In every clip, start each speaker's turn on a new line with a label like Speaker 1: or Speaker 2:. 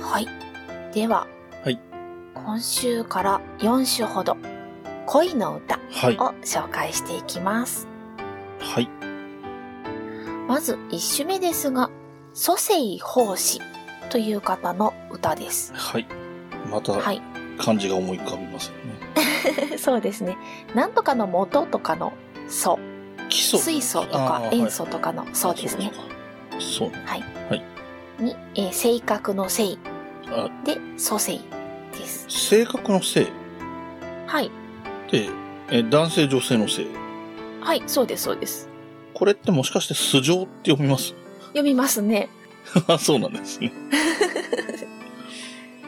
Speaker 1: はい。では、
Speaker 2: はい
Speaker 1: 今週から4週ほど、恋の歌
Speaker 2: はい。
Speaker 1: を紹介していきます。
Speaker 2: はい。
Speaker 1: まず1首目ですが、蘇生法師という方の歌です。
Speaker 2: はい。また、
Speaker 1: はい。
Speaker 2: 漢字が思い浮かびますよね。
Speaker 1: そうですね。なんとかの元とかの素、
Speaker 2: 基礎。
Speaker 1: 水素と
Speaker 2: あー
Speaker 1: か
Speaker 2: はい
Speaker 1: 塩素とかの素ですね。
Speaker 2: あ。そうかそうね。
Speaker 1: に、えー性格の性
Speaker 2: あ、
Speaker 1: で蘇生です。
Speaker 2: 性格の性っ
Speaker 1: はい。
Speaker 2: て、え、男性女性の性。
Speaker 1: はい、そうです、そうです。
Speaker 2: これってもしかして素性って読みます
Speaker 1: 読みますね。
Speaker 2: あそうなんですね。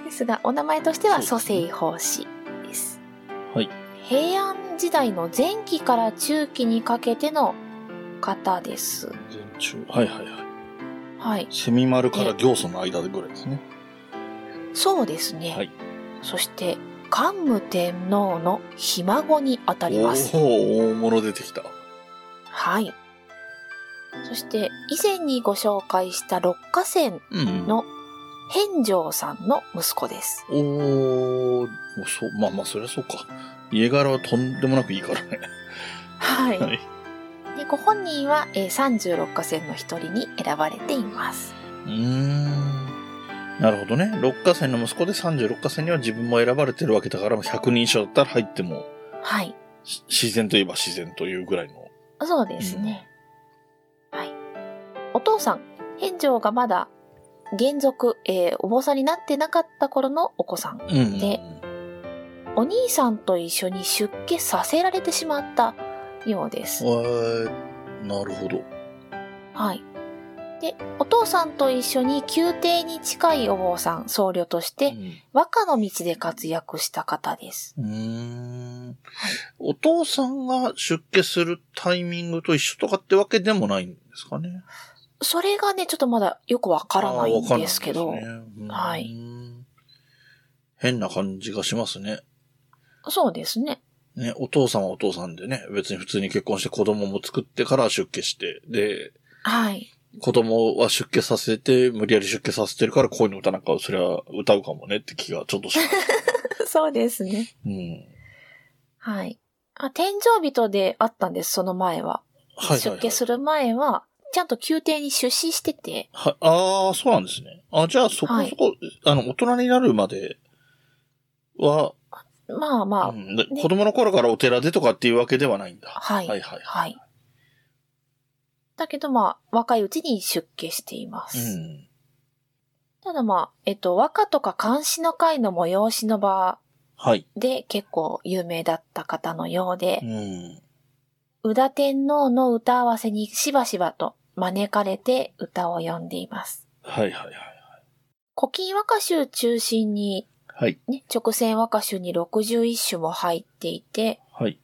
Speaker 1: ですが、お名前としては
Speaker 2: そ
Speaker 1: 蘇
Speaker 2: うですね
Speaker 1: 生法師です。
Speaker 2: はい。
Speaker 1: 平安時代の前期から中期にかけての方です。
Speaker 2: 全中。はいはいはい。
Speaker 1: はい。
Speaker 2: セミ丸から行祖の間ぐらいですね。
Speaker 1: そうですね。
Speaker 2: はい
Speaker 1: そして、桓武天皇のひ孫にあたり
Speaker 2: お
Speaker 1: ます。
Speaker 2: お、大物出てきた。
Speaker 1: はい。そして、以前にご紹介した六花仙
Speaker 2: うん。
Speaker 1: の返上さんの息子です。
Speaker 2: おーそう、まあまあ、そりゃそうか。家柄はとんでもなくいいからね。
Speaker 1: はい。
Speaker 2: はい。
Speaker 1: でご本人は、えー36花仙の一人に選ばれています。
Speaker 2: うーん。なるほどね。六花線の息子で36花線には自分も選ばれてるわけだから、100人称だったら入っても、
Speaker 1: はい。
Speaker 2: し自然といえば自然というぐらいの。
Speaker 1: そうですね。はい。お父さん、返上がまだ、現続、えーお坊さんになってなかった頃のお子さん。
Speaker 2: うん
Speaker 1: でお兄さんと一緒に出家させられてしまったようです。
Speaker 2: えー、なるほど。
Speaker 1: はい。で、お父さんと一緒に宮廷に近いお坊さん、僧侶として、和歌の道で活躍した方です。
Speaker 2: うん、うーん。お父さんが出家するタイミングと一緒とかってわけでもないんですかね。
Speaker 1: それがね、ちょっとまだよくわからないんですけど、
Speaker 2: あーわかんないですね
Speaker 1: は。い
Speaker 2: うん変な感じがしますね。
Speaker 1: そうですね。
Speaker 2: ね、お父さんはお父さんでね、別に普通に結婚して子供も作ってから出家して、で、
Speaker 1: はい。
Speaker 2: 子供は出家させて、無理やり出家させてるから恋の歌なんかをそりゃ歌うかもねって気がちょっとします。
Speaker 1: そうですね。
Speaker 2: うん。
Speaker 1: はい。あ、天上人であったんです、その前は。
Speaker 2: はいはい、はい。
Speaker 1: 出家する前は、ちゃんと宮廷に出資してて、
Speaker 2: はああ、そうなんですね。あじゃあそこそこ、あの、大人になるまでは、
Speaker 1: まあまあ、
Speaker 2: うんで子供の頃からお寺でとかっていうわけではないんだ。
Speaker 1: はい
Speaker 2: はいはい。
Speaker 1: はい。だけどまあ、若いうちに出家しています。
Speaker 2: うん。
Speaker 1: ただまあ、えっと、和歌とか漢詩の会の催しの場
Speaker 2: はい。
Speaker 1: で結構有名だった方のよう
Speaker 2: う
Speaker 1: で、
Speaker 2: ん。
Speaker 1: 宇田天皇の歌合わせにしばしばと招かれて歌を詠んでいます。
Speaker 2: はいはいはい。
Speaker 1: 古今和歌集中心に、
Speaker 2: はい。
Speaker 1: ね、直線和歌集に61首も入っていて、
Speaker 2: はい。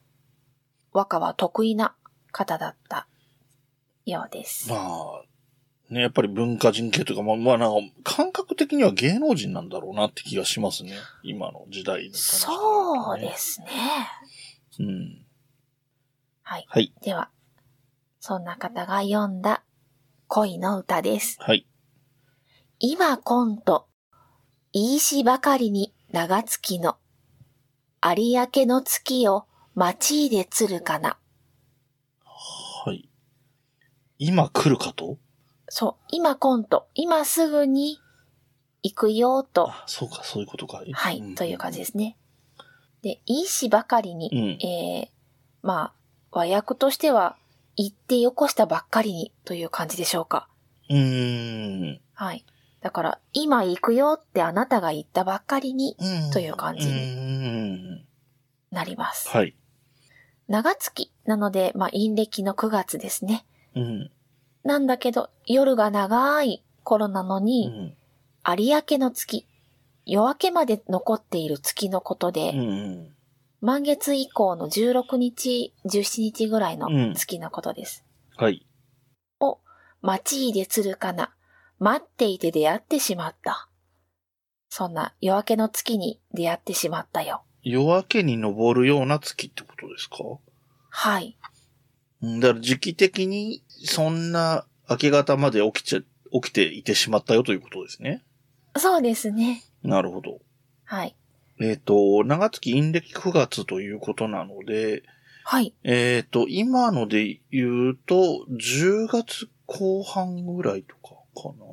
Speaker 1: 和歌は得意な方だったようです。
Speaker 2: まあ、ね、やっぱり文化人系というか、まあ、まあ、なんか、感覚的には芸能人なんだろうなって気がしますね。今の時代の感じだと
Speaker 1: そう
Speaker 2: ね
Speaker 1: ですね。
Speaker 2: うん。
Speaker 1: はい。
Speaker 2: はい。
Speaker 1: では、そんな方が読んだ恋の歌です。
Speaker 2: はい。
Speaker 1: 今コント、いいしばかりに長月の、有明の月を町で釣るかな。
Speaker 2: はい。今来るかと
Speaker 1: そう、今コント、今すぐに行くよと、
Speaker 2: あ、そうか、そういうことか。
Speaker 1: は
Speaker 2: ん
Speaker 1: い、という感じですね。で、いいしばかりに、
Speaker 2: うん。
Speaker 1: えー、まあ、和訳としては、行ってよこしたばっかりにという感じでしょうか。
Speaker 2: うーん。
Speaker 1: はい。だから、今行くよってあなたが言ったばっかりに
Speaker 2: うん。
Speaker 1: という感じ
Speaker 2: うーん。
Speaker 1: なります。
Speaker 2: はい。
Speaker 1: 長月なので、まあ、陰暦の9月ですね。
Speaker 2: うん。
Speaker 1: なんだけど、夜が長い頃なの
Speaker 2: う
Speaker 1: に、
Speaker 2: ん。
Speaker 1: 有明の月、夜明けまで残っている月のことで、
Speaker 2: うん。
Speaker 1: 満月以降の16日、17日ぐらいの月のことです。
Speaker 2: はい。
Speaker 1: 待ちいでつるかな。待っていて出会ってしまった。そんな夜明けの月に出会ってしまったよ。
Speaker 2: 夜明けに昇るような月ってことですか
Speaker 1: はい。
Speaker 2: うんだから時期的に、そんな明け方まで起きちゃ、起きていてしまったよということですね。
Speaker 1: そうですね。
Speaker 2: なるほど。
Speaker 1: はい。
Speaker 2: えっ、と、長月陰暦9月ということなので、
Speaker 1: はい。
Speaker 2: えっ、と、今ので言うと、10月後半ぐらいとかかな。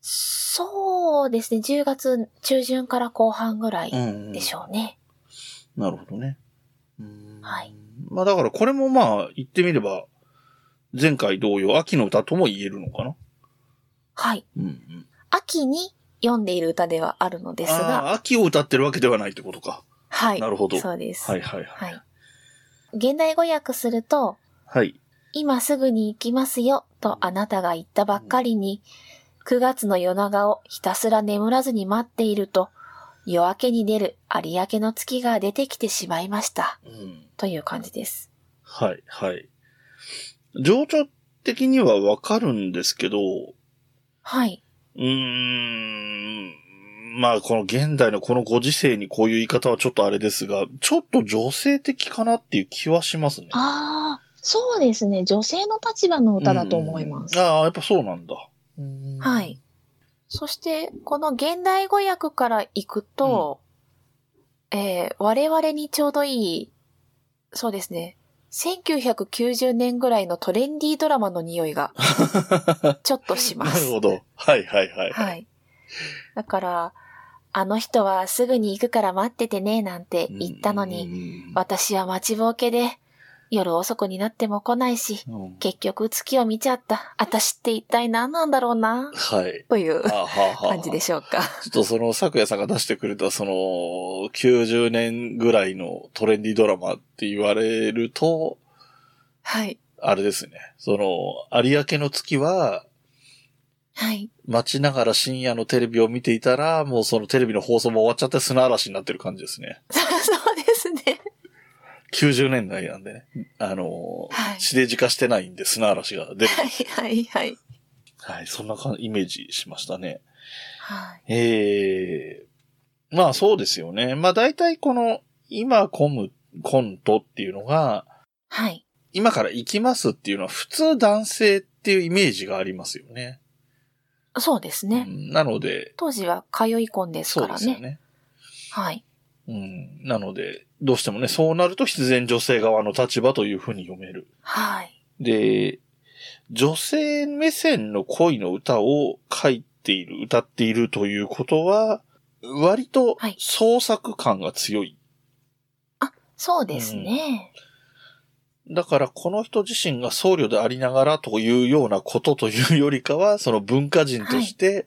Speaker 1: そうですね。10月中旬から後半ぐらい
Speaker 2: うん、うん。
Speaker 1: でしょうね。
Speaker 2: なるほどね。うーん
Speaker 1: はい。
Speaker 2: まあだからこれもまあ言ってみれば、前回同様、秋の歌とも言えるのかな。
Speaker 1: はい。
Speaker 2: うんうん。
Speaker 1: 秋に読んでいる歌ではあるのです
Speaker 2: あ
Speaker 1: が、
Speaker 2: あ、秋を歌ってるわけではないってことか。
Speaker 1: はい。
Speaker 2: なるほど
Speaker 1: そうです。
Speaker 2: はいはいは
Speaker 1: は
Speaker 2: い。
Speaker 1: い。現代語訳すると、
Speaker 2: はい。
Speaker 1: 今すぐに行きますよとあなたが言ったばっかりに、9月の夜長をひたすら眠らずに待っていると、夜明けに出る有明の月が出てきてしまいました。
Speaker 2: うん。
Speaker 1: という感じです。
Speaker 2: はいはい。情緒的にはわかるんですけど、う
Speaker 1: はい。
Speaker 2: ーん。まあこの現代のこのご時世にこういう言い方はちょっとあれですが、ちょっと女性的かなっていう気はしますね。
Speaker 1: ああ、そうですね。女性の立場の歌だと思います。
Speaker 2: うんうんああ、やっぱそうなんだ。うん
Speaker 1: はい。。そして、この現代語訳から行くと、えー我々にちょうどいい、そうですね。1990年ぐらいのトレンディードラマの匂いが、ちょっとしま
Speaker 2: な
Speaker 1: す。
Speaker 2: るほど。はいはいはい。
Speaker 1: はい。だから、あの人はすぐに行くから待っててね、なんて言ったのに、
Speaker 2: に
Speaker 1: 私は待ちぼうけで、夜遅くになっても来ないし、結局月を見ちゃった。私って一体何なんだろうな、
Speaker 2: はい。
Speaker 1: という
Speaker 2: あはは
Speaker 1: 感じでしょうか。
Speaker 2: ちょっとその、昨夜さんが出してくれた、その、90年ぐらいのトレンディードラマって言われると、
Speaker 1: はい。
Speaker 2: あれですね。その、有明の月は、
Speaker 1: はい。
Speaker 2: 待ちながら深夜のテレビを見ていたら、もうそのテレビの放送も終わっちゃって砂嵐になってる感じですね。
Speaker 1: そうですね。
Speaker 2: 90年代なんでね。あの、
Speaker 1: はい
Speaker 2: 地デジ化してないんで砂嵐が出る。
Speaker 1: はいはいはい。
Speaker 2: はい、そんなかイメージしましたね。
Speaker 1: はい。
Speaker 2: ええまあそうですよね。まあ大体この、今コむコントっていうのが、
Speaker 1: はい。
Speaker 2: 今から行きますっていうのは普通男性っていうイメージがありますよね。
Speaker 1: そうです
Speaker 2: う
Speaker 1: ね。
Speaker 2: んなので、
Speaker 1: 当時は通い込んです
Speaker 2: そ
Speaker 1: か
Speaker 2: うで
Speaker 1: ら
Speaker 2: すよ
Speaker 1: ね。
Speaker 2: ね。
Speaker 1: はい。
Speaker 2: うん、なので、どうしてもね、そうなると必然女性側の立場というふうに読める。
Speaker 1: はい。
Speaker 2: で、女性目線の恋の歌を書いている、歌っているということは、割と
Speaker 1: はい
Speaker 2: 創作感が強い
Speaker 1: そうですね。
Speaker 2: だからこの人自身が僧侶でありながらというようなことというよりかは、その文化人として、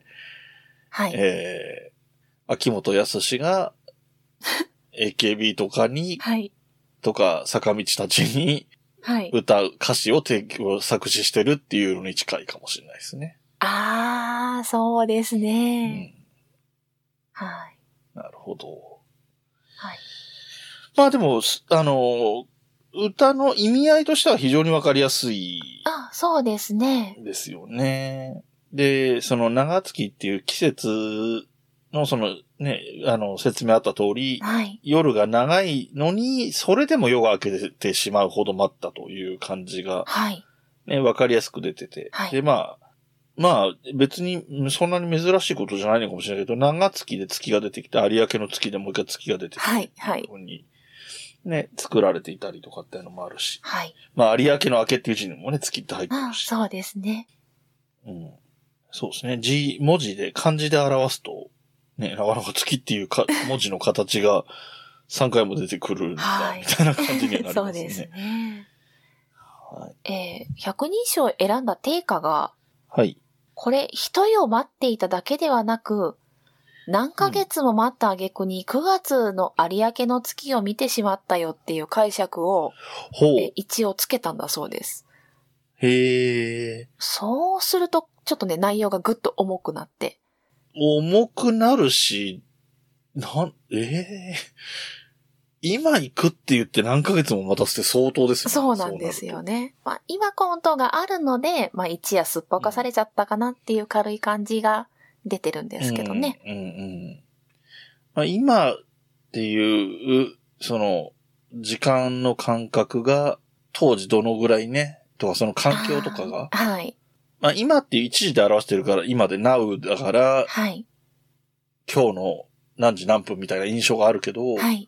Speaker 1: はい。
Speaker 2: えー、秋元康 が AKB とかに、
Speaker 1: はい。
Speaker 2: とか坂道たちに
Speaker 1: はい。
Speaker 2: 歌う歌詞を提供、作詞してるっていうのに近いかもしれないですね。
Speaker 1: ああ、そうです
Speaker 2: う
Speaker 1: ね。
Speaker 2: ん、
Speaker 1: はい。
Speaker 2: なるほど。
Speaker 1: はい。
Speaker 2: まあでも、すあの、歌の意味合いとしては非常にわかりやすい
Speaker 1: あ、そうですね。
Speaker 2: ですよね。で、その長月っていう季節のそのね、あの説明あった通り、
Speaker 1: はい。
Speaker 2: 夜が長いのに、それでも夜が明けてしまうほど待ったという感じが
Speaker 1: はい。
Speaker 2: ね、わかりやすく出てて。
Speaker 1: はい
Speaker 2: で、まあ、まあ別にそんなに珍しいことじゃないのかもしれないけど、長月で月が出てきて、有明の月でもう一回月が出てきて、
Speaker 1: はいはい
Speaker 2: ふうにね、作られていたりとかっていうのもあるし、
Speaker 1: はい。
Speaker 2: まあ有明の明けっていう字にもね、月って入って
Speaker 1: あ
Speaker 2: るし。
Speaker 1: そうですね。
Speaker 2: うん。そうですね。字、文字で、漢字で表すと、ね、なかなか月っていうか 文字の形が3回も出てくるんだ
Speaker 1: はい
Speaker 2: みたいな感じにはなり
Speaker 1: そ
Speaker 2: ま
Speaker 1: う
Speaker 2: すね。
Speaker 1: ですね。
Speaker 2: は
Speaker 1: えー、百人称を選んだ定価が、
Speaker 2: はい。
Speaker 1: これ、一夜を待っていただけではなく、何ヶ月も待った挙句に9月の有明の月を見てしまったよっていう解釈を、
Speaker 2: ほ
Speaker 1: えー
Speaker 2: う。
Speaker 1: 一応つけたんだそうです。
Speaker 2: へえ。
Speaker 1: そうすると、ちょっとね、内容がぐっと重くなって。
Speaker 2: 重くなるし、なん、ええ今行くって言って何ヶ月も待たせて相当ですよね。
Speaker 1: そうなんですよ
Speaker 2: ね。
Speaker 1: ね。まあ、今コントがあるので、まあ、一夜すっぽかされちゃったかなっていう軽い感じが出てるんですけどね。
Speaker 2: うん。うんうんまあ、今っていう、うその、時間の感覚が、当時どのぐらいね、とかその環境とかが、
Speaker 1: あーはい。
Speaker 2: ままあ、今っていう一時で表してるから、今で now だから、
Speaker 1: はい。
Speaker 2: 今日の何時何分みたいな印象があるけど、
Speaker 1: はい。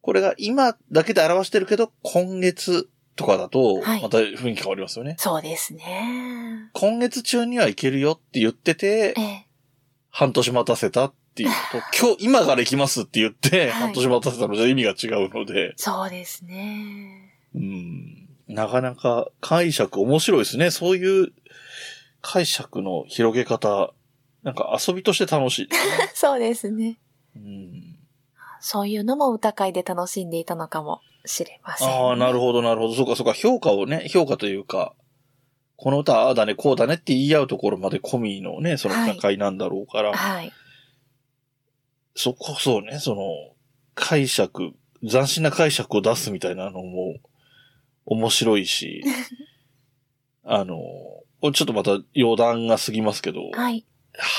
Speaker 2: これが今だけで表してるけど、今月とかだと、
Speaker 1: はい
Speaker 2: また雰囲気変わりますよね。
Speaker 1: そうですね。
Speaker 2: 今月中には行けるよって言ってて
Speaker 1: え、え。
Speaker 2: 半年待たせたっていうのと、 今日、今から行きますって言って、
Speaker 1: はい
Speaker 2: 半年待たせたのじゃ意味が違うので、
Speaker 1: そうですね。
Speaker 2: うん、なかなか解釈面白いですね。そういう解釈の広げ方、なんか遊びとして楽しいで すね。
Speaker 1: そうですね。
Speaker 2: うん
Speaker 1: そういうのも歌会で楽しんでいたのかもしれません、
Speaker 2: ああ、なる
Speaker 1: ど。
Speaker 2: ほど、なるほど。そうか、そうか、評価をね、評価というか、この歌、ああだね、こうだねって言い合うところまで込みのね、その
Speaker 1: はい
Speaker 2: 戦いなんだろうから、
Speaker 1: はい。
Speaker 2: そこそうね、その、解釈、斬新な解釈を出すみたいなのも、面白いし、あの、ちょっとまた余談が過ぎますけど、
Speaker 1: はい。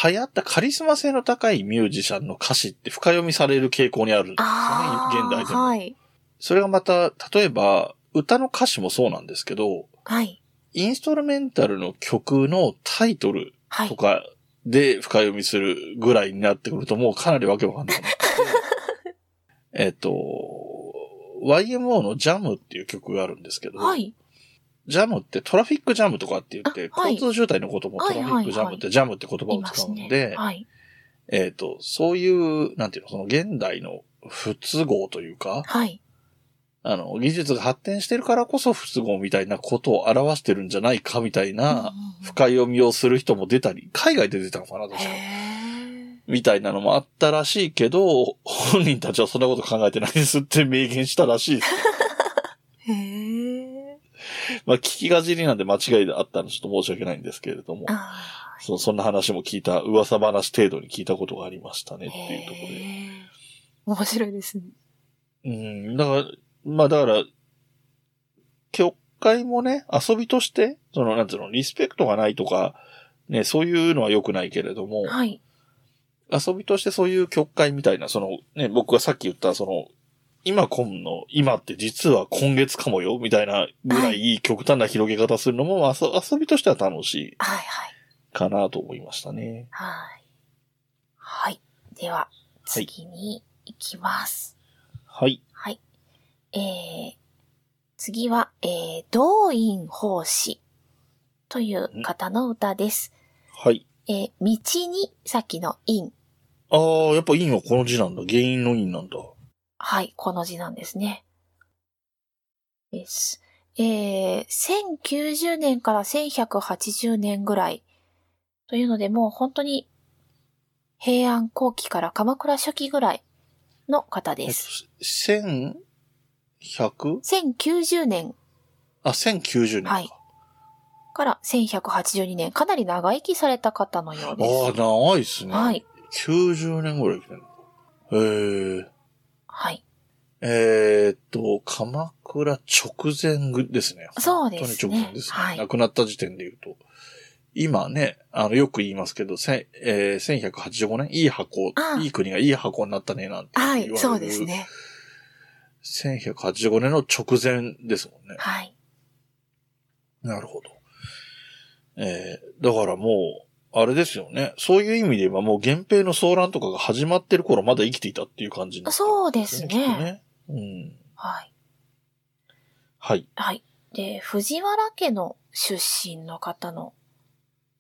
Speaker 2: 流行ったカリスマ性の高いミュージシャンの歌詞って深読みされる傾向にあるんですよ
Speaker 1: ああ。
Speaker 2: ね、現代でも。
Speaker 1: はい。
Speaker 2: それがまた、例えば、歌の歌詞もそうなんですけど、
Speaker 1: はい。
Speaker 2: インストルメンタルの曲のタイトル
Speaker 1: は
Speaker 2: と
Speaker 1: い。
Speaker 2: かで深読みするぐらいになってくるともうかなりわけわかんない。 えっと、YMO のジャムっていう曲があるんですけど、
Speaker 1: はい。
Speaker 2: ジャムってトラフィックジャムとかって言って、
Speaker 1: あはい
Speaker 2: 交通渋滞のこともトラフィックジャムってジャムって言葉
Speaker 1: い
Speaker 2: を
Speaker 1: ま
Speaker 2: 使
Speaker 1: す
Speaker 2: う
Speaker 1: ね
Speaker 2: ので、。
Speaker 1: はい。
Speaker 2: えっと、そういう、なんていうの、その現代の不都合というか、
Speaker 1: はい。
Speaker 2: あの、技術が発展してるからこそ不都合みたいなことを表してるんじゃないかみたいな、深読みをする人も出たり、海外で出たのかな、
Speaker 1: うんうんうん
Speaker 2: 確か
Speaker 1: へえ。
Speaker 2: みたいなのもあったらしいけど、本人たちはそんなこと考えてないですって明言したらしいです。
Speaker 1: へえ。
Speaker 2: まあ、聞きがじりなんで間違いであったのちょっと申し訳ないんですけれども、
Speaker 1: あ
Speaker 2: そうそんな話も聞いた、噂話程度に聞いたことがありましたね
Speaker 1: あ。
Speaker 2: っていうところで。
Speaker 1: へえ。面白いですね。
Speaker 2: うん、だから、まあだから、教会もね、遊びとして、その、なんつうの、リスペクトがないとか、ね、そういうのは良くないけれども、
Speaker 1: はい。
Speaker 2: 遊びとしてそういう教会みたいな、その、ね、僕がさっき言った、その、今今の、今って実は今月かもよ、みたいなぐら
Speaker 1: はい
Speaker 2: 極端な広げ方するのも、まあ遊遊びとしては楽しい
Speaker 1: はいはい。
Speaker 2: かなと思いましたね。
Speaker 1: はい。はい。では、
Speaker 2: はい
Speaker 1: 次に行きます。
Speaker 2: はい。
Speaker 1: はい。えー、次は、えー、道院法師という方の歌です。
Speaker 2: はい。
Speaker 1: えー、道に、さっきの院。
Speaker 2: ああ、やっぱ因はこの字なんだ。原因の因なんだ。
Speaker 1: はい、この字なんですね。です。えー、1090年から1180年ぐらい。というので、もう本当に平安後期から鎌倉初期ぐらいの方
Speaker 2: えっ
Speaker 1: で
Speaker 2: と
Speaker 1: す。、
Speaker 2: 千、百
Speaker 1: 1090年
Speaker 2: あ、1090年か。
Speaker 1: はいから1182年、かなり長生きされた方のよう
Speaker 2: ああ、
Speaker 1: で
Speaker 2: 長いっす
Speaker 1: す。
Speaker 2: ね。
Speaker 1: はい、
Speaker 2: 90年ぐらい生きてるのか。
Speaker 1: はい。
Speaker 2: へえ。えーっと、鎌倉直前ぐですね。
Speaker 1: そうですね
Speaker 2: 本当に直前ですね。
Speaker 1: はい
Speaker 2: 亡くなった時点で言うと。今ね、あの、よく言いますけど、せんえー、1185年、いい箱
Speaker 1: ああ、
Speaker 2: いい国がいい箱になったね、なんて言わ
Speaker 1: は
Speaker 2: れる。
Speaker 1: い、そうです。ね。
Speaker 2: 1185年の直前ですもんね。
Speaker 1: はい。
Speaker 2: なるほど。えー、だからもう、あれですよね。そういう意味で言えばもう源平の騒乱とかが始まってる頃まだ生きていたっていう感じになってる
Speaker 1: そうんです
Speaker 2: きっと
Speaker 1: ね。
Speaker 2: うん。
Speaker 1: はい。
Speaker 2: はい。
Speaker 1: はい。で、藤原家の出身の方の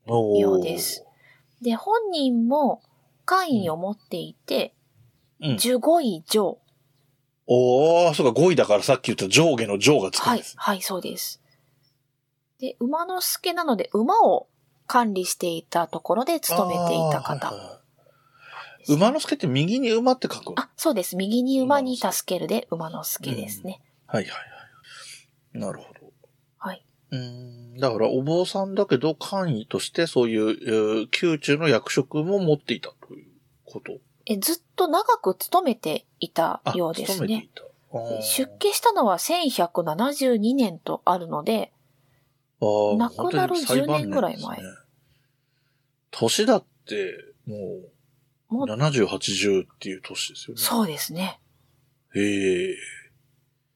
Speaker 2: おー
Speaker 1: ようです。で、本人も官位を持っていて、
Speaker 2: うん。
Speaker 1: 15位上。
Speaker 2: おー、そうか、5位だからさっき言った上下の上がつく
Speaker 1: は
Speaker 2: ん
Speaker 1: い
Speaker 2: です、。
Speaker 1: はい、そうです。で、馬之助なので、馬を管理していたところで勤めていた
Speaker 2: あー
Speaker 1: 方。
Speaker 2: はいはい馬之助って右に馬って書く。はい
Speaker 1: あ、そうです。右に馬に助けるで、馬之助ですね。
Speaker 2: はいはい。なるほど。
Speaker 1: はい。
Speaker 2: うーん。だから、お坊さんだけど、官位としてそういう、えー宮中の役職も持っていたということ。
Speaker 1: えずっと長く勤めていた
Speaker 2: あ
Speaker 1: ようです
Speaker 2: 勤めて
Speaker 1: ね。
Speaker 2: いた。あー
Speaker 1: で出家したのは1172年とあるので、
Speaker 2: あー
Speaker 1: 亡くなる10年ぐらい前
Speaker 2: 本当に裁判年ですね年だって、も
Speaker 1: も
Speaker 2: う、
Speaker 1: う、
Speaker 2: 70、80っていう年ですよね。
Speaker 1: そうですね。
Speaker 2: へえ。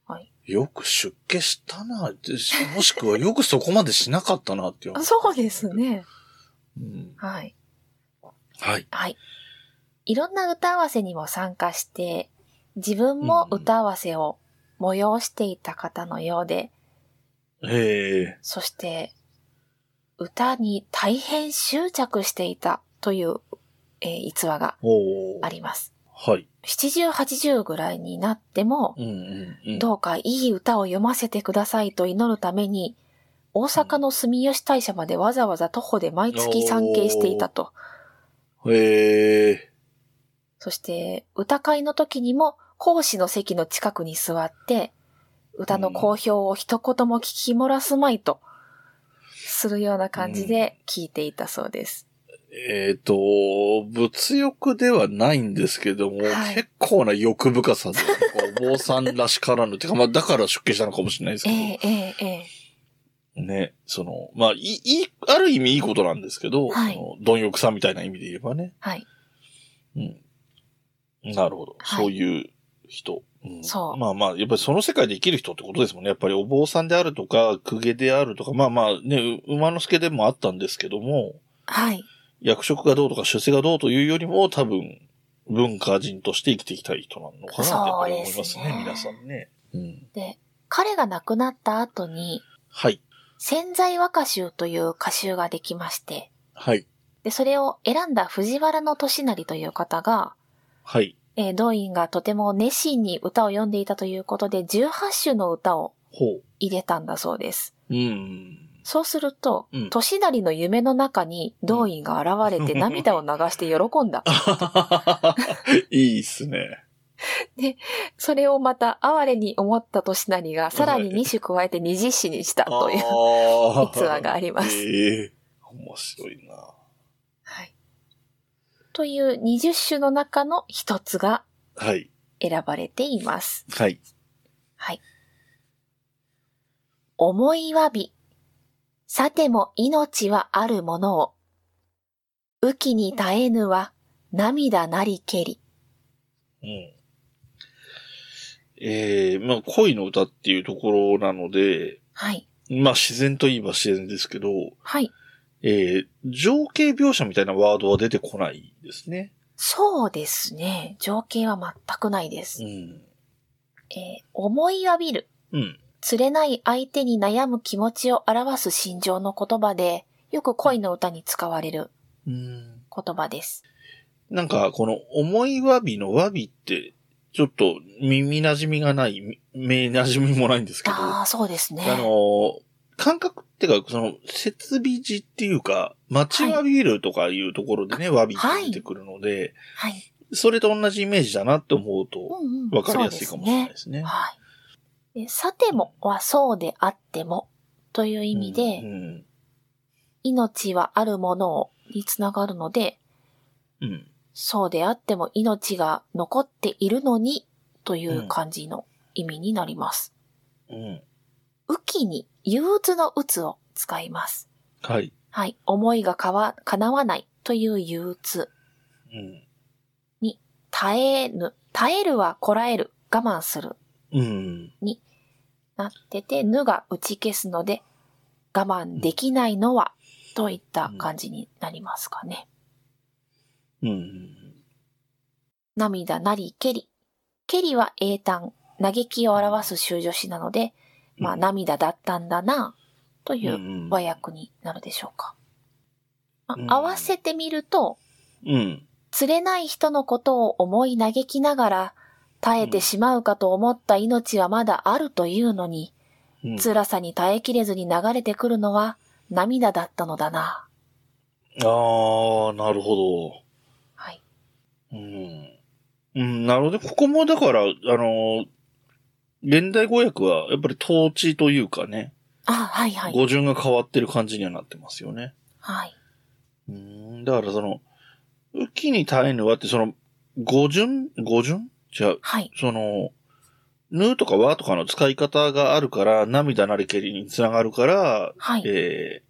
Speaker 1: はい。。
Speaker 2: よく出家したな、 でしもしくはよくそこまでしなかったなっていう
Speaker 1: そうですね。
Speaker 2: うん、
Speaker 1: はい。
Speaker 2: はい。
Speaker 1: はい。いろんな歌合わせにも参加して、自分も歌合わせを催していた方のようで、
Speaker 2: へえ。
Speaker 1: そして、歌に大変執着していたという、えー逸話が
Speaker 2: おお。
Speaker 1: あります。
Speaker 2: はい。
Speaker 1: 70、80ぐらいになっても、
Speaker 2: うんうんうん。
Speaker 1: どうかいい歌を読ませてくださいと祈るために、大阪の住吉大社までわざわざ徒歩で毎月参詣していたと。
Speaker 2: へえ。
Speaker 1: そして、歌会の時にも講師の席の近くに座って、歌の好評を一言も聞き漏らすまいと、するような感じで聞いていたそうです。
Speaker 2: えっ、と、物欲ではないんですけども、
Speaker 1: はい
Speaker 2: 結構な欲深さで、なんかお坊さんらしからぬ。てか、 まあ、だから出家したのかもしれないですけ
Speaker 1: え
Speaker 2: ど。
Speaker 1: ええええ
Speaker 2: ね、その、まあ、いい、いい、ある意味いいことなんですけど、
Speaker 1: はい
Speaker 2: その、貪欲さみたいな意味で言えばね。
Speaker 1: はい。
Speaker 2: うん。なるほど。
Speaker 1: はい
Speaker 2: そういう人。うん
Speaker 1: そう
Speaker 2: まあまあ、やっぱりその世界で生きる人ってことですもんね。やっぱりお坊さんであるとか、公家であるとか、まあまあね、う馬之助でもあったんですけども、
Speaker 1: はい。
Speaker 2: 役職がどうとか出世がどうというよりも、多分、文化人として生きていきたい人なのかなってやっぱり思い
Speaker 1: そう
Speaker 2: ますね、
Speaker 1: ですね
Speaker 2: 皆さんね。うん。
Speaker 1: で、彼が亡くなった後に、
Speaker 2: はい。
Speaker 1: 潜在和歌集という歌集ができまして、
Speaker 2: はい。
Speaker 1: で、それを選んだ藤原の利成という方が、
Speaker 2: はい。
Speaker 1: えー、道院がとても熱心に歌を読んでいたということで、18首の歌を
Speaker 2: ほ
Speaker 1: 入れたんだそうです。
Speaker 2: う。うん。
Speaker 1: そうすると、
Speaker 2: うん
Speaker 1: 利成の夢の中に道院が現れて
Speaker 2: うん
Speaker 1: 涙を流して喜んだ。
Speaker 2: いいっすね。
Speaker 1: それをまた哀れに思った利成がさらに2首加えて20詩にしたという
Speaker 2: あー
Speaker 1: 逸話があります
Speaker 2: ええ面白いな。
Speaker 1: はい。という20種の中の一つが
Speaker 2: はい。
Speaker 1: 選ばれています。
Speaker 2: はい。
Speaker 1: 思いわび。さても命はあるものを。雨季に耐えぬは涙なりけり。
Speaker 2: うん。ええまあ、恋の歌っていうところなので、
Speaker 1: はい。
Speaker 2: まあ、自然といえば自然ですけど、
Speaker 1: はい。
Speaker 2: ええ情景描写みたいなワードは出てこないですね。
Speaker 1: そうですね。情景は全くないで
Speaker 2: う
Speaker 1: す。
Speaker 2: ん。
Speaker 1: えー思いわびる。
Speaker 2: うん。
Speaker 1: 釣れない相手に悩む気持ちを表す心情の言葉で、よく恋の歌に使われる
Speaker 2: うん。
Speaker 1: 言葉です。
Speaker 2: なんか、この思いわびのわびって、ちょっと耳馴染みがない、み目馴染みもないんですけど、
Speaker 1: ああ、そうですね。
Speaker 2: あの、感覚っていうか、その、設備時っていうか、待ちわびるとかいうところでね、わびって出てくるので、
Speaker 1: はい。
Speaker 2: それと同じイメージだなって思う
Speaker 1: う
Speaker 2: と、
Speaker 1: んうん。
Speaker 2: わかりやすいかもしれないですね。
Speaker 1: はい。でさてもはそうであってもという意味で、
Speaker 2: うん。
Speaker 1: 命はあるものをにつながるので、
Speaker 2: うん。
Speaker 1: そうであっても命が残っているのにという感じの意味になります。
Speaker 2: うん。
Speaker 1: 雨季に憂鬱の鬱を使います。
Speaker 2: はい。
Speaker 1: はい。思いがかわ、叶わないという憂鬱。
Speaker 2: うん。
Speaker 1: 耐えぬ。耐えるはこらえる。我慢する。
Speaker 2: うん。
Speaker 1: なってて、ぬが打ち消すので、我慢できないのは、といった感じになりますかね。
Speaker 2: うん。
Speaker 1: 涙なり、けり。けりは英単、嘆きを表す修助詞なので、まあ
Speaker 2: うん
Speaker 1: 涙だったんだな、とい
Speaker 2: ん
Speaker 1: う
Speaker 2: うん
Speaker 1: 和訳になるでしょうか。まあ
Speaker 2: うん
Speaker 1: 合わせてみると、
Speaker 2: うん。
Speaker 1: 釣れない人のことを思い嘆きながら、耐えてしまうかと思った命はまだあるというのに、
Speaker 2: うん
Speaker 1: 辛さに耐えきれずに流れてくるのは涙だったのだな。
Speaker 2: ああ、なるほど。
Speaker 1: はい。
Speaker 2: うん。うん、なので、ここもだから、あの、現代語訳は、やっぱり統治というかね、
Speaker 1: あ、はいはい。
Speaker 2: 語順が変わってる感じにはなってますよね。
Speaker 1: はい。
Speaker 2: うん、だからその、雨季に耐えぬはって、その、語順語順違う。
Speaker 1: はい。
Speaker 2: その、ぬとかわとかの使い方があるから、涙なりけりにつながるから、
Speaker 1: はい。
Speaker 2: え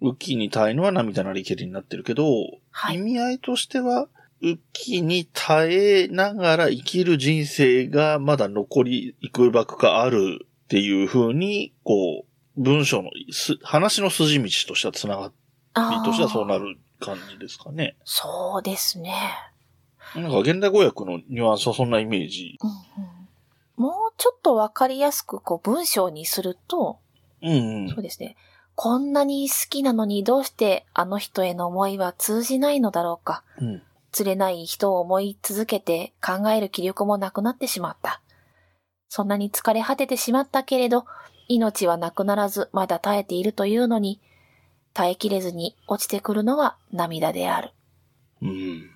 Speaker 2: ー、雨季に耐えぬは涙なりけりになってるけど、
Speaker 1: は
Speaker 2: 意
Speaker 1: い。
Speaker 2: 味合いとしては、きに耐えながら生きる人生がまだ残りいくばくかあるっていう風に、こう、文章のす、話の筋道としては繋がり
Speaker 1: あー
Speaker 2: としてはそうなる感じですかね。
Speaker 1: そうですね。
Speaker 2: なんか現代語訳のニュアンスはそんなイメージ。
Speaker 1: うんうんもうちょっとわかりやすくこう文章にすると、
Speaker 2: うん、うん
Speaker 1: そう。ですね。こんなに好きなのにどうしてあの人への思いは通じないのだろうか。
Speaker 2: うん
Speaker 1: 釣れない人を思い続けて考える気力もなくなってしまった。そんなに疲れ果ててしまったけれど、命はなくならずまだ耐えているというのに、耐えきれずに落ちてくるのは涙である。
Speaker 2: うん。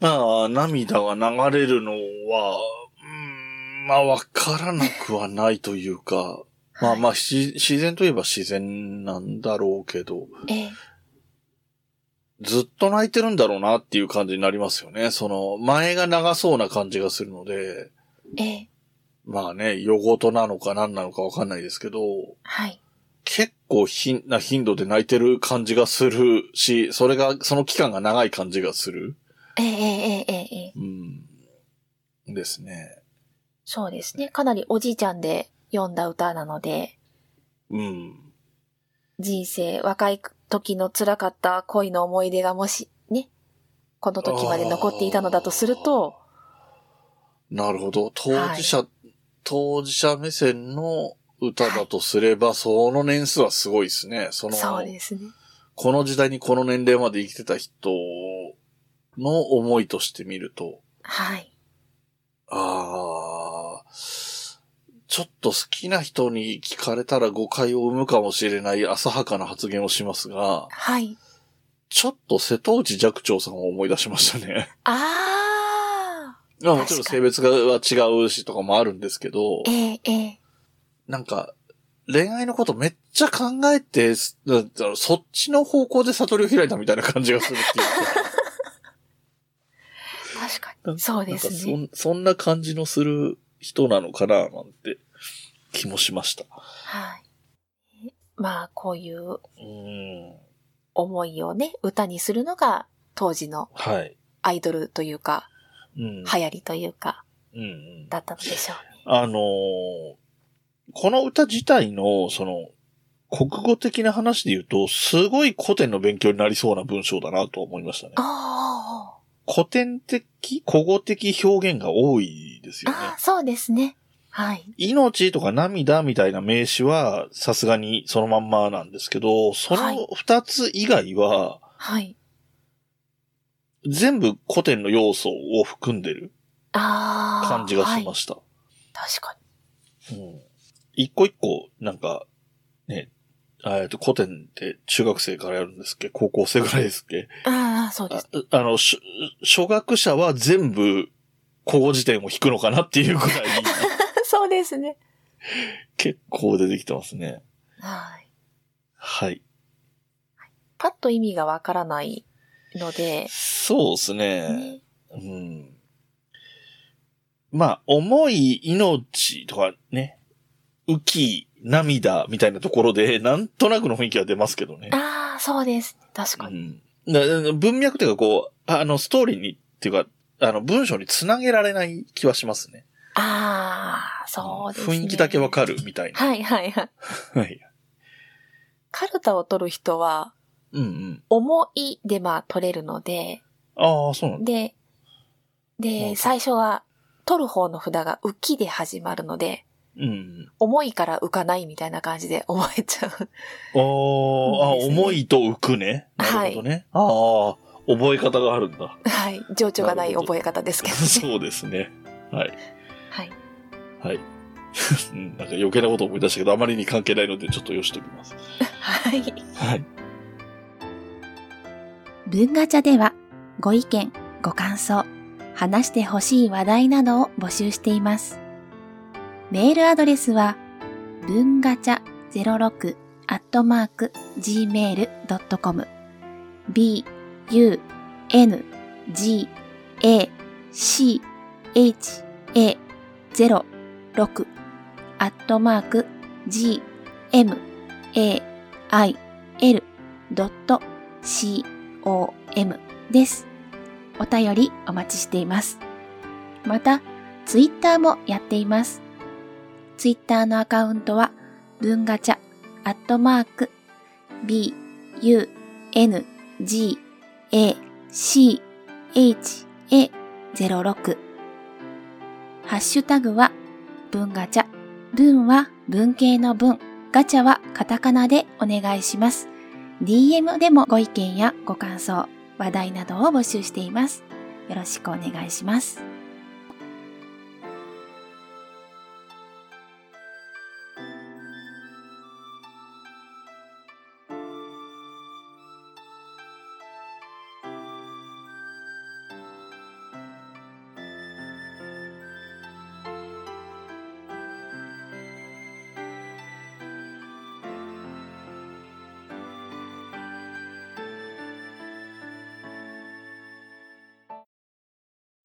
Speaker 2: まあ、涙が流れるのは、うん、まあ、わからなくはないというか、まあまあ、し自然といえば自然なんだろうけど、
Speaker 1: ええ、
Speaker 2: ずっと泣いてるんだろうなっていう感じになりますよね。その、前が長そうな感じがするので、
Speaker 1: ええ、
Speaker 2: まあね、夜ごとなのか何なのかわかんないですけど、
Speaker 1: はい。
Speaker 2: 結構ひな頻度で泣いてる感じがするし、それが、その期間が長い感じがする。
Speaker 1: ええ、ええ、ええ、ええ。
Speaker 2: うん。ですね。
Speaker 1: そうですね。かなりおじいちゃんで読んだ歌なので、
Speaker 2: うん。
Speaker 1: 人生、若い時の辛かった恋の思い出がもし、ね、この時まで残っていたのだとすると、
Speaker 2: なるほど。当事者、当事者目線の歌だとすれば、その年数はすごいですね。その、
Speaker 1: そうですね。
Speaker 2: この時代にこの年齢まで生きてた人の思いとして見ると、
Speaker 1: はい。
Speaker 2: ああ、ちょっと好きな人に聞かれたら誤解を生むかもしれない浅はかな発言をしますが、
Speaker 1: はい。
Speaker 2: ちょっと瀬戸内寂聴さんを思い出しましたね。
Speaker 1: あ
Speaker 2: まあもちろん性別がは違うしとかもあるんですけ
Speaker 1: ー。、
Speaker 2: ど
Speaker 1: ええええ
Speaker 2: なんか、恋愛のことめっちゃ考えて、すだだそっちの方向で悟りを開いたみたいな感じがするっていうか。
Speaker 1: 確か
Speaker 2: なん
Speaker 1: に。そう
Speaker 2: なん
Speaker 1: で
Speaker 2: か
Speaker 1: す
Speaker 2: そ
Speaker 1: ね。
Speaker 2: んそんな感じのする人なのかな、なんて気もしました。
Speaker 1: はい。まあ、こういう
Speaker 2: うん。
Speaker 1: 思いをね、歌にするのが、当時の
Speaker 2: はい。
Speaker 1: アイドルというか、
Speaker 2: う
Speaker 1: 流
Speaker 2: ん。
Speaker 1: 行りというか、
Speaker 2: うんうん、
Speaker 1: だったのでしょうね。
Speaker 2: あのーこの歌自体の、その、国語的な話で言うと、すごい古典の勉強になりそうな文章だなと思いましたね。
Speaker 1: あ
Speaker 2: 古典的、古語的表現が多いです
Speaker 1: あ、
Speaker 2: よね。
Speaker 1: ああ、そうですね。はい。
Speaker 2: 命とか涙みたいな名詞はさすがにそのまんまなんですけど、そ
Speaker 1: はい
Speaker 2: の二つ以外は
Speaker 1: はい。
Speaker 2: 全部古典の要素を含んでる
Speaker 1: ああ。
Speaker 2: 感じがしま
Speaker 1: し
Speaker 2: した。
Speaker 1: た。確かに。
Speaker 2: うん一個一個、なんか、ね、えっと、古典って中学生からやるんですっけ高校生ぐらいですっけ
Speaker 1: ああ、そうで
Speaker 2: あ
Speaker 1: す。
Speaker 2: あの、しょ初学者は全部古語辞典を引くのかなっていう ぐらい
Speaker 1: そうですね。
Speaker 2: 結構出てきてますね。
Speaker 1: はい。
Speaker 2: はい。
Speaker 1: パッと意味がわからないので、
Speaker 2: そうですね。
Speaker 1: ね
Speaker 2: うん。まあ、重い命とかね、浮き、涙みたいなところで、 なんとなくの雰囲気は出ますけどね。
Speaker 1: ああ、そうです。確か
Speaker 2: う
Speaker 1: に。
Speaker 2: ん。だだ文脈というかこう、ああの、ストーリーに、っていうか、あの、文章につなげられない気はしますね。
Speaker 1: ああ、そうです、ね。
Speaker 2: 雰囲気だけわかるみたい な。
Speaker 1: はいはいはい。
Speaker 2: はい。
Speaker 1: カルタを取る人は、
Speaker 2: うんうん。
Speaker 1: 思いでまあ取れるので、
Speaker 2: ああ、そうなんだ。
Speaker 1: で、
Speaker 2: う
Speaker 1: で、
Speaker 2: ん
Speaker 1: 最初は取る方の札が浮きで始まるので、
Speaker 2: うん。
Speaker 1: 重いから浮かないみたいな感じで思えちゃう。
Speaker 2: あーあ、
Speaker 1: ですね
Speaker 2: 思いと浮くね。なるほどね。ああ、覚え方があるんだ。
Speaker 1: はい。情緒がない
Speaker 2: なるほど
Speaker 1: 覚え方ですけどね。
Speaker 2: そうですね。はい。
Speaker 1: はい。
Speaker 2: はい。 うんなんか余計なこと思い出したけど、あまりに関係ないので、ちょっとよしときます。
Speaker 1: はい。
Speaker 2: はい。
Speaker 3: 文ガチャではご意見、ご感想、話してほしい話題などを募集しています。メールアドレスは文ガチャ06アットマーク gmail.com b u n g a c h a 06アットマーク g m a i l.com com です。お便りお待ちしています。また、ツイッターもやっています。ツイッターのアカウントは、文ガチャ、アットマーク、b, u, n, g, a, c, h, a, 06。ハッシュタグは、文ガチャ。文は文系の文。ガチャはカタカナでお願いします。DM でもご意見やご感想、話題などを募集しています。よろしくお願いします。